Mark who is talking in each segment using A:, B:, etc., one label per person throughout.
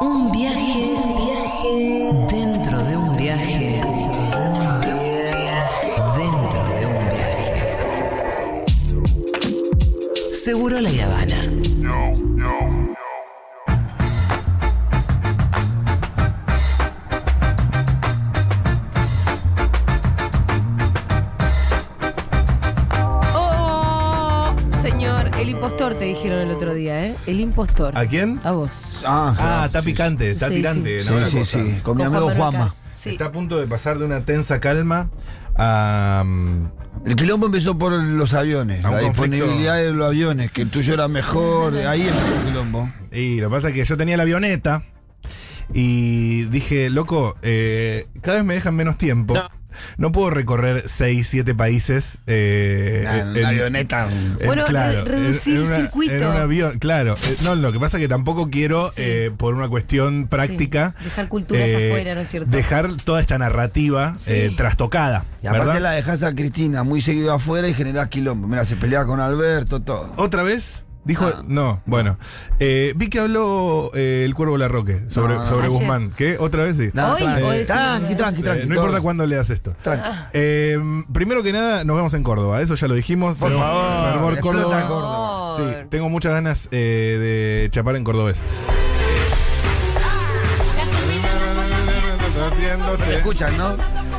A: Un viaje, dentro de un viaje, dentro de un viaje, dentro de un viaje. Seguro la Habana.
B: ¡Oh! Señor, el impostor te dijeron el otro día, ¿eh? El impostor.
C: ¿A quién?
B: A vos.
D: Ah,
C: Ah,
D: claro.
C: está picante, está
B: Sí,
C: tirante.
D: Sí,
C: ¿no? La
D: sí,
C: cosa.
D: sí, con mi
B: Juan
D: amigo
B: Manuel
D: Juanma.
B: Ca- Sí.
C: Está a punto de pasar de una tensa calma a. mm,
D: El quilombo empezó por los aviones,
C: A un
D: la
C: conflicto.
D: disponibilidad de los aviones, que el tuyo era mejor, ahí empezó el quilombo.
C: Y lo que pasa es que yo tenía la avioneta y dije, loco, eh, cada vez me dejan menos tiempo. No, puedo recorrer 6, 7 países. eh,
D: Nah,
C: en- eh,
D: la
C: en-
D: avioneta.
C: en-
B: Bueno, re- reducir
C: en- en
B: el
C: una-
B: circuito.
C: en un avión, claro. Eh, no, lo que pasa es que tampoco quiero,
B: Sí.
C: eh, por una cuestión práctica, eh,
B: Sí, dejar culturas afuera, ¿no es cierto?
C: Dejar toda esta narrativa
B: Sí.
C: eh, trastocada.
D: Y aparte
C: ¿verdad?
D: la dejás a Cristina muy seguido afuera y generás quilombo. Mira, se peleaba con Alberto, todo.
C: ¿Otra vez? Dijo,
D: Ah.
C: no, bueno. Eh, vi que habló eh, el Cuervo Larroque sobre,
D: No, no,
C: sobre
B: ayer.
C: Guzmán. ¿Qué? ¿Otra vez? Sí.
D: Nada,
B: Hoy,
D: tranqui,
B: hoy es
D: tranqui,
B: un-
D: tranqui,
C: Eh,
D: tranqui,
C: no
D: todo.
C: importa cuándo leas esto.
D: Tranqui.
B: Ah.
C: Eh, primero que nada, nos vemos en Córdoba. Eso ya lo dijimos.
D: Por
C: Tenemos
D: favor,
C: fervor
D: explota
C: Córdoba.
B: Oh.
D: Córdoba.
C: Sí, tengo muchas ganas eh, de chapar en cordobés.
D: ¿Me escuchan, no?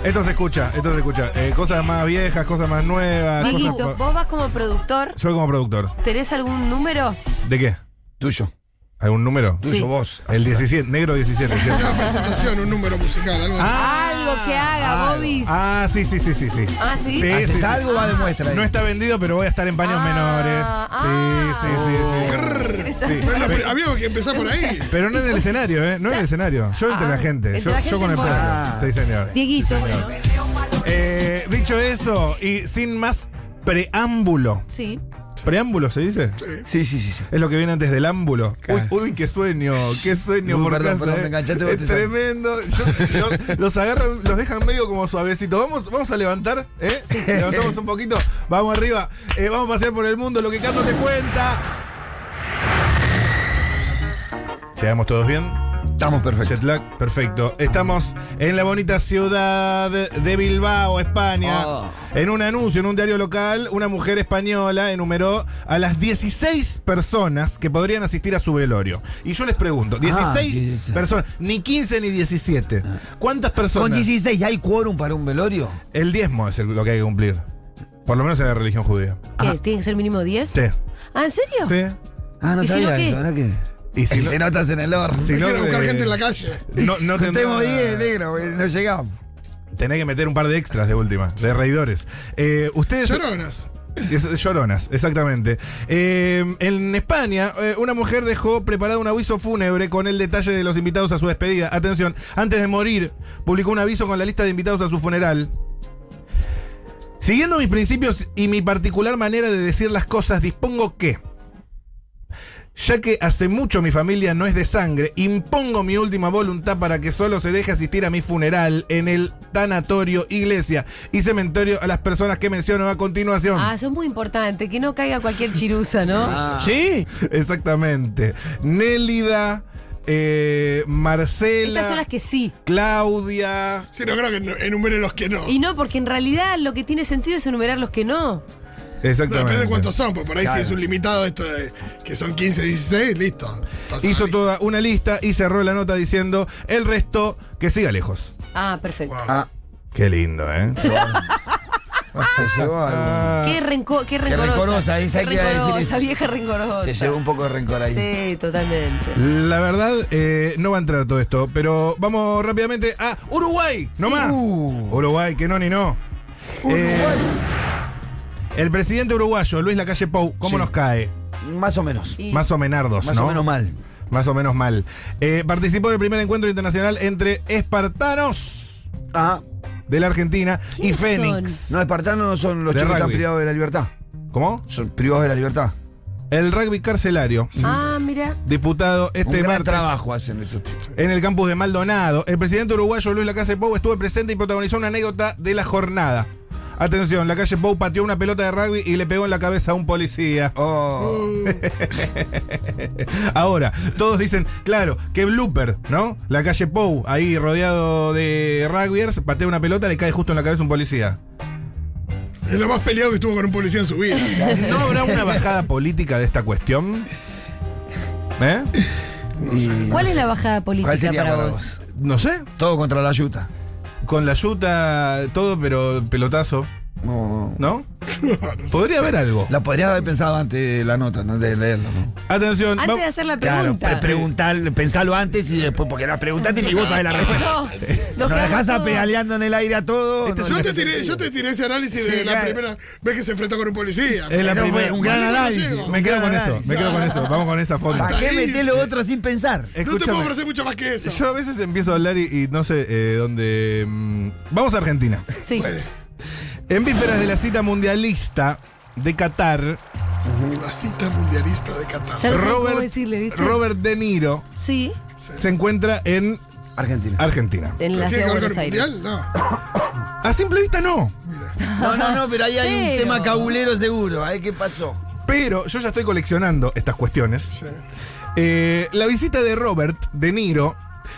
C: Esto se escucha, esto se escucha. Eh, cosas más viejas, cosas más nuevas.
B: Dieguito,
C: cosas-
B: vos vas como productor,
C: Yo como productor.
B: ¿tenés algún número?
C: ¿De qué?
D: Tuyo,
C: ¿Algún número?
D: tuyo, vos.
C: El 17, negro 17. ¿cierto?
E: Una presentación, un número musical, algo así.
B: Algo que haga, Bobis.
C: Ah, sí, sí, sí, sí, sí.
B: Ah, ¿sí?
C: Sí,
D: ¿Haces
C: sí, sí.
D: algo va de muestra ahí?
C: No está vendido, pero voy a estar en paños
B: Ah,
C: menores. Sí, sí, sí, sí.
B: Interesante.
E: Bueno, pero había que empezar por ahí.
C: Pero no en el escenario, ¿eh? No en el escenario. Yo entre
B: Ah,
C: la gente.
B: entre
C: Yo,
B: la
C: yo
B: gente
C: con el
B: en
C: pueblo.
D: bola.
C: Sí, señor.
B: Dieguito, bueno.
C: Eh, dicho eso, y sin más preámbulo.
B: Sí.
C: ¿Preámbulo se dice?
D: Sí, sí, sí, sí.
C: Es lo que viene antes del ámbulo. Uy, uy, qué sueño, qué sueño
D: Uy,
C: por
D: perdón,
C: casa,
D: perdón,
C: eh.
D: me enganchaste, vos
C: Es
D: te sabes.
C: tremendo. Yo- lo- los agarran, los dejan medio como suavecito. Vamos, vamos a levantar, ¿eh? Levantamos un poquito, vamos arriba, Eh, vamos a pasear por el mundo, lo que Carlos te cuenta. ¿Llegamos todos bien?
D: Estamos perfectos.
C: Jet lag, perfecto. Estamos en la bonita ciudad de Bilbao, España.
D: Oh.
C: En un anuncio, en un diario local, una mujer española enumeró a las 16 personas que podrían asistir a su velorio. Y yo les
D: Ah,
C: pregunto, 16
D: 16.
C: personas, ni 15 ni 17. ¿Cuántas
D: Ah. Con
C: personas?
D: 16 hay quórum para un velorio.
C: El diezmo es el- lo que hay que cumplir. Por lo menos en la religión judía.
B: ¿Qué? ¿Tiene que ser mínimo 10?
C: Sí,
B: ¿Ah, en serio?
C: sí.
D: Ah, no
B: ¿Y si no
D: sabía
B: qué?
D: eso, ¿verdad que?
C: Y si
D: Si
C: no,
D: se notas en el horno.
C: si no,
E: Quiero buscar
C: eh,
E: gente en la calle.
C: no, no tendrá-
D: Contemos 10, negro, güey, no llegamos.
C: Tenés que meter un par de extras de última, de reidores. Eh, ustedes.
E: Lloronas.
C: Es- lloronas, exactamente. Eh, en España, eh, una mujer dejó preparado un aviso fúnebre con el detalle de los invitados a su despedida. Atención, antes de morir, publicó un aviso con la lista de invitados a su funeral. Siguiendo mis principios y mi particular manera de decir las cosas, dispongo que, ya que hace mucho mi familia no es de sangre, impongo mi última voluntad para que solo se deje asistir a mi funeral en el tanatorio, iglesia y cementerio a las personas que menciono a continuación.
B: Ah, eso es muy importante, que no caiga cualquier chirusa, ¿no?
C: Sí, exactamente. Nélida, eh, Marcela,
B: Estas son las que sí.
C: Claudia.
E: Sí, no creo que no- enumere los que no.
B: Y no, porque en realidad lo que tiene sentido es enumerar los que no.
E: No, depende
C: Exactamente.
E: de cuántos son, porque por ahí si es un limitado esto de que son 15, 16, listo. Pasa
C: Hizo
E: la
C: toda una lista y cerró la nota diciendo el resto que siga lejos.
B: Ah, perfecto.
E: Wow.
D: Ah,
C: Qué lindo, ¿eh? Ah,
D: se llevó algo.
B: Qué, renco qué rencorosa.
D: rencorosa, esa que iba a decir
B: Rencorosa,
D: eso.
B: vieja rencorosa.
D: Se llevó un poco de rencor ahí.
B: Ah.
D: Eh,
B: Sí, totalmente.
C: La verdad, eh, no va a entrar todo esto, pero vamos rápidamente a Uruguay, nomás.
D: Uh.
C: Uruguay, que no ni no. Eh, el presidente uruguayo, Luis Lacalle Pou, ¿cómo
D: Sí.
C: nos cae?
D: Más o menos.
B: Y-
C: Más o menardos,
D: Más
C: ¿no?
D: o menos mal.
C: Más o menos mal. Eh, participó en el primer encuentro internacional entre espartanos
D: Ah,
C: de la Argentina y
B: ¿Quiénes
C: Fénix.
D: no, espartanos no son los
C: De
D: chicos que están
C: rugby.
D: privados de la libertad.
C: ¿Cómo?
D: Son privados de la libertad.
C: El rugby carcelario,
B: Ah, mira.
C: disputado
D: Un
C: este
D: gran
C: martes Eh,
D: trabajo hacen esos tipos.
C: en el campus de Maldonado. El presidente uruguayo Luis Lacalle Pou estuvo presente y protagonizó una anécdota de la jornada. Atención, la calle Pou pateó una pelota de rugby y le pegó en la cabeza a un policía.
D: Oh,
C: Ahora, todos dicen, claro, que blooper, ¿no? La calle Pou, ahí rodeado de rugbyers, patea una pelota, le cae justo en la cabeza un policía.
E: Es lo más peleado que estuvo con un policía en su vida.
C: ¿No habrá una bajada política de esta cuestión? ¿Eh?
D: y-
B: ¿Cuál es la bajada política
D: ¿Cuál sería
B: para,
D: para
B: vos?
D: vos?
C: No sé.
D: Todo contra la yuta.
C: Con la yuta, todo, pero pelotazo,
D: No, no.
C: ¿no?
E: No, no sé.
C: Podría haber algo.
D: La podrías haber pensado antes de la nota, antes de leerla. ¿no?
C: Atención,
B: Antes
C: va-
B: de hacer la pregunta.
D: pre- preguntar- pensalo antes y después, porque la preguntaste y vos sabés la
B: no,
D: Nos dejás
B: quedamos
D: a
B: todos-
D: pedaleando en el aire a todo.
C: Este
D: no,
C: es
E: Yo
D: no,
E: te,
D: no,
E: tiré, yo te tiré ese análisis
D: Sí,
E: de la
D: claro.
E: primera vez que se enfrentó con un policía.
C: es la
D: Eso fue
C: primera-
D: un gran
E: Mañana
D: análisis.
E: llego.
C: Me quedo con
D: Claro,
C: eso, me quedo con eso. Vamos con esa foto.
D: ¿Para qué
E: Ahí.
D: meter lo otro sin pensar?
E: No te puedo
C: Escúchame.
E: ofrecer mucho más que eso.
C: Yo a veces empiezo a hablar y, y no sé eh, dónde. mm, vamos a Argentina.
B: Sí.
C: En vísperas de la cita mundialista de Qatar,
E: La cita mundialista de Qatar.
B: Ya no sé cómo
C: Robert,
B: decirle, ¿viste?
C: Robert De Niro
B: Sí,
C: se encuentra en
D: Argentina.
C: Argentina.
B: en la
E: ¿Tiene
B: ciudad
E: que
B: de Buenos
E: ver con el
B: Aires.
E: mundial? No.
C: A simple vista no,
D: No, no, no, pero ahí hay un
B: Pero-
D: tema cabulero seguro. ¿eh? ¿Qué pasó?
C: pero yo ya estoy coleccionando estas cuestiones.
E: Sí.
C: Eh, la visita de Robert De Niro,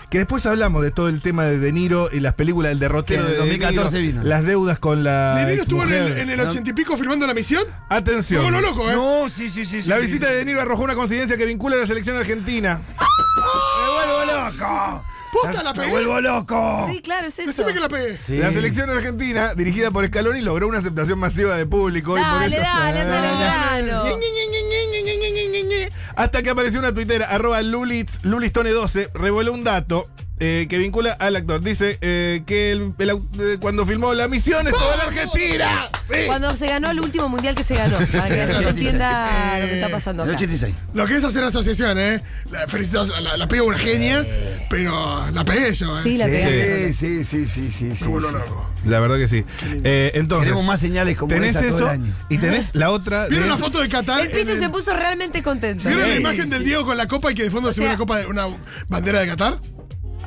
C: que después hablamos de todo el tema de De Niro y las películas del derrotero
D: Que en
C: de
D: el
C: De
D: 2014
C: Niro,
D: vino.
C: las deudas con la
E: De Niro estuvo en el,
C: exmujer.
E: en el
D: ¿no?
E: ochenta y pico filmando la misión.
C: Atención.
E: Como lo loco, ¿eh?
D: No, sí, sí, sí. sí,
C: La
D: sí,
C: visita
D: sí.
C: de De Niro arrojó una coincidencia que vincula a la selección argentina.
D: ¡Me vuelvo loco!
E: Puta, la
D: ¡Me
E: pegué.
D: vuelvo loco!
B: Sí, claro, es eso.
E: Decime que la pegué.
C: La selección argentina, dirigida por Scaloni, logró una aceptación masiva de público. y por
B: Dale,
C: eso-
B: dale, dale, dale.
C: Ñe, Ñe, Ñe, Ñe, Ñe, Ñe, Ñe, Ñe, Ñe, Ñe. Hasta que apareció una tuitera, arroba Lulit- Lulistone12, reveló un dato eh, que vincula al actor. Dice eh, que el- el au- eh, cuando filmó La Misión estuvo en Argentina. Sí.
B: Cuando se ganó el último mundial que se ganó, para que la gente entienda lo que está pasando
D: En el
B: acá.
D: 86.
E: Lo que es hacer asociación, ¿eh? La, felicito, la, la piba una genia, pero la pegué yo, ¿eh?
B: Sí, la pegaste.
D: sí, sí, sí, sí. sí,
E: Me vuelvo
D: sí.
E: loco.
C: La verdad que sí. Eh, entonces,
D: Queremos más señales como
C: tenés
D: esa todo
C: eso
D: el año.
C: y tenés la otra. de-
E: ¿Vieron la foto de Qatar?
B: El Pitu
E: en
B: se puso realmente contento.
E: ¿Vieron la
C: Sí,
E: imagen del Diego con la copa y que de fondo se ve
B: sea-
E: una copa de una bandera de Qatar?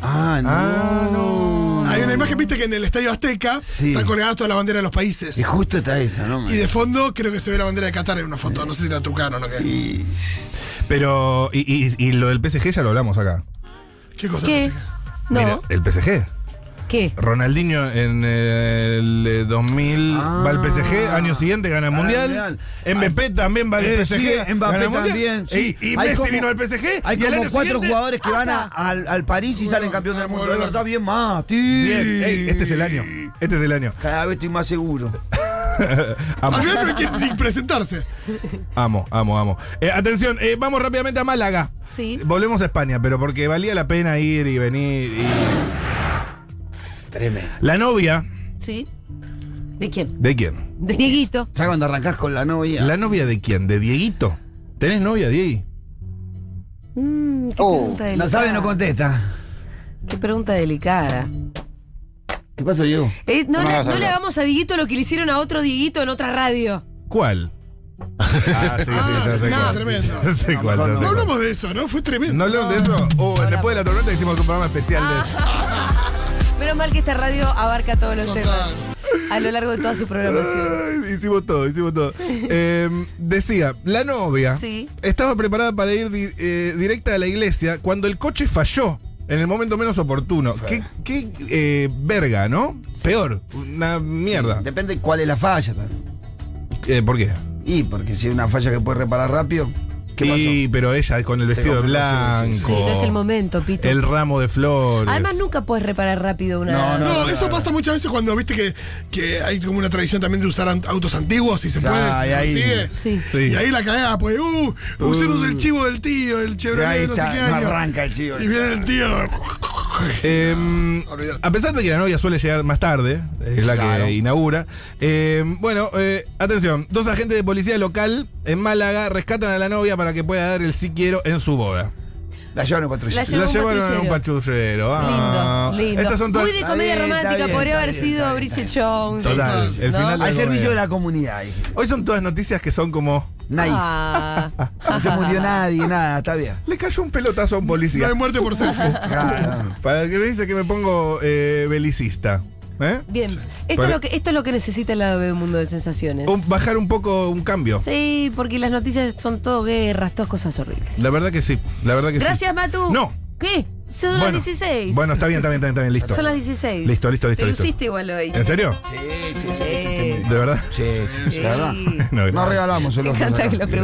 D: Ah, no.
C: Ah, no.
E: Hay una imagen, viste, que en el Estadio Azteca
D: Sí.
E: están colgadas todas las banderas de los países.
D: Y justo está esa, ¿no?
E: Y de fondo creo que se ve la bandera de Qatar en una foto. No sé si la trucaron o qué.
D: Y-
C: Pero, y, y- y lo del PSG ya lo hablamos acá.
E: ¿Qué cosa?
B: ¿Qué?
E: pensé?
B: No,
C: Mira, el PSG.
B: ¿qué?
C: Ronaldinho en el eh, 2000
D: Ah.
C: va al PSG, año siguiente gana el
D: Gana el
C: Mundial.
D: Mundial.
C: Mbappé también va al
D: Eh,
C: PSG.
D: sí, Mbappé
C: gana el Mundial.
D: también. sí.
C: Y, y
D: Hay
C: Messi
D: como-
C: vino al PSG.
D: Hay
C: y al
D: como
C: año
D: cuatro
C: siguiente-
D: jugadores que van a- al, al París y salen campeón del
E: vamos,
D: mundo. De
E: bueno.
D: verdad, bien más, tío.
C: Bien, ey, este es el año. Este es el año.
D: Cada vez estoy más seguro.
C: Amo,
E: Al final no hay que ni presentarse.
C: amo, amo. amo. Eh, atención, eh, vamos rápidamente a Málaga.
B: Sí.
C: Volvemos a España, pero porque valía la pena ir y venir. y-
D: Tremendo.
C: La novia,
B: ¿Sí? ¿De quién?
C: ¿de quién?
B: De Dieguito.
D: Ya cuando arrancás con la novia.
C: ¿La novia de quién? ¿De Dieguito? ¿Tenés novia, Diego?
B: Mm, qué pregunta delicada.
D: No sabe, no contesta.
B: Qué pregunta delicada.
D: ¿Qué pasó, Diego?
B: Eh, no, le, no le hagamos a Dieguito lo que le hicieron a otro Dieguito en otra radio.
C: ¿Cuál? Ah, sí, sí,
E: Ah,
C: ya sé
E: no,
C: cuál.
E: tremendo.
C: Ya sé cuál, ya sé
E: No
C: cuál.
E: hablamos de eso, ¿no? Fue tremendo.
C: ¿No hablamos de eso? Oh, después de la tormenta hicimos un programa especial de eso.
B: Menos mal que esta radio abarca todos los
E: Total.
B: temas a lo largo de toda su programación.
C: Ay, Hicimos todo, hicimos todo. Eh, decía, la novia
B: Sí.
C: estaba preparada para ir di- eh, directa a la iglesia cuando el coche falló en el momento menos oportuno. Qué, qué, eh, verga, ¿no? Peor, una mierda.
D: Depende cuál es la falla también.
C: Eh, ¿Por qué?
D: Y porque si es una falla que puede reparar rápido, ¿qué pasó?
C: y, pero ella con el vestido
D: complicó, sí, sí,
C: blanco,
D: sí.
B: Ese es el momento, Pito.
C: el ramo de flores.
B: Además, nunca puedes reparar rápido una.
D: No,
E: No,
D: no,
E: eso pasa muchas veces cuando viste que, que hay como una tradición también de usar an- autos antiguos, si se puede,
D: Ay,
E: si se
D: ahí.
E: consigue.
B: Sí.
C: Sí.
E: Y ahí la cagada, pues, uh, usemos el chivo del tío, el
D: Ahí
E: Chevrolet, no sé
D: está,
E: qué
D: no
E: año.
D: arranca el chivo.
E: Y viene el tío.
C: Eh,
E: Olvídate.
C: a pesar de que la novia suele llegar más tarde, es la
D: Claro.
C: que inaugura. eh, bueno, eh, atención, dos agentes de policía local en Málaga rescatan a la novia para que pueda dar el sí quiero en su boda.
D: La llevan en patrulla.
B: La llevan
C: la
B: un
C: llevaron en
B: patrullero.
C: un patrullero. Ah.
B: Lindo, lindo.
C: Estas son todas.
B: Muy de comedia
D: Está bien, está
B: romántica,
D: bien,
B: podría
D: está
B: haber
D: bien,
B: sido
D: está bien,
B: Bridget
D: está
B: Jones.
C: Total, el
B: ¿no?
C: final de-
D: Al
C: Algo
D: servicio
C: bien.
D: de la comunidad. dije.
C: Hoy son todas noticias que son como.
D: Naif.
B: Ah.
D: No se murió nadie, nada, está bien.
C: Le cayó un pelotazo a un
E: No
C: policía.
E: hay muerte por selfie.
D: Claro.
C: Para que me dice que me pongo eh, belicista. ¿eh?
B: Bien. Esto, es lo que, esto es lo que necesita el lado B de un mundo de sensaciones.
C: Un- bajar un poco un cambio.
B: Sí, porque las noticias son todo guerras, todas cosas horribles.
C: La verdad que sí, la verdad que sí.
B: Gracias, Matu.
C: No.
B: ¿Qué? Son las 16.
C: Bueno, está bien, está bien, está bien, está bien, listo.
B: Son las 16.
C: Listo, listo, listo,
B: Te
C: listo.
B: luciste igual hoy.
C: ¿En serio?
D: Sí, sí, sí.
B: Eh,
C: ¿De verdad?
D: Sí, sí, sí, la verdad.
B: sí.
C: No,
D: No
C: gracias.
D: regalamos
B: Me
D: el otro.
B: encanta
D: ¿no?
B: que lo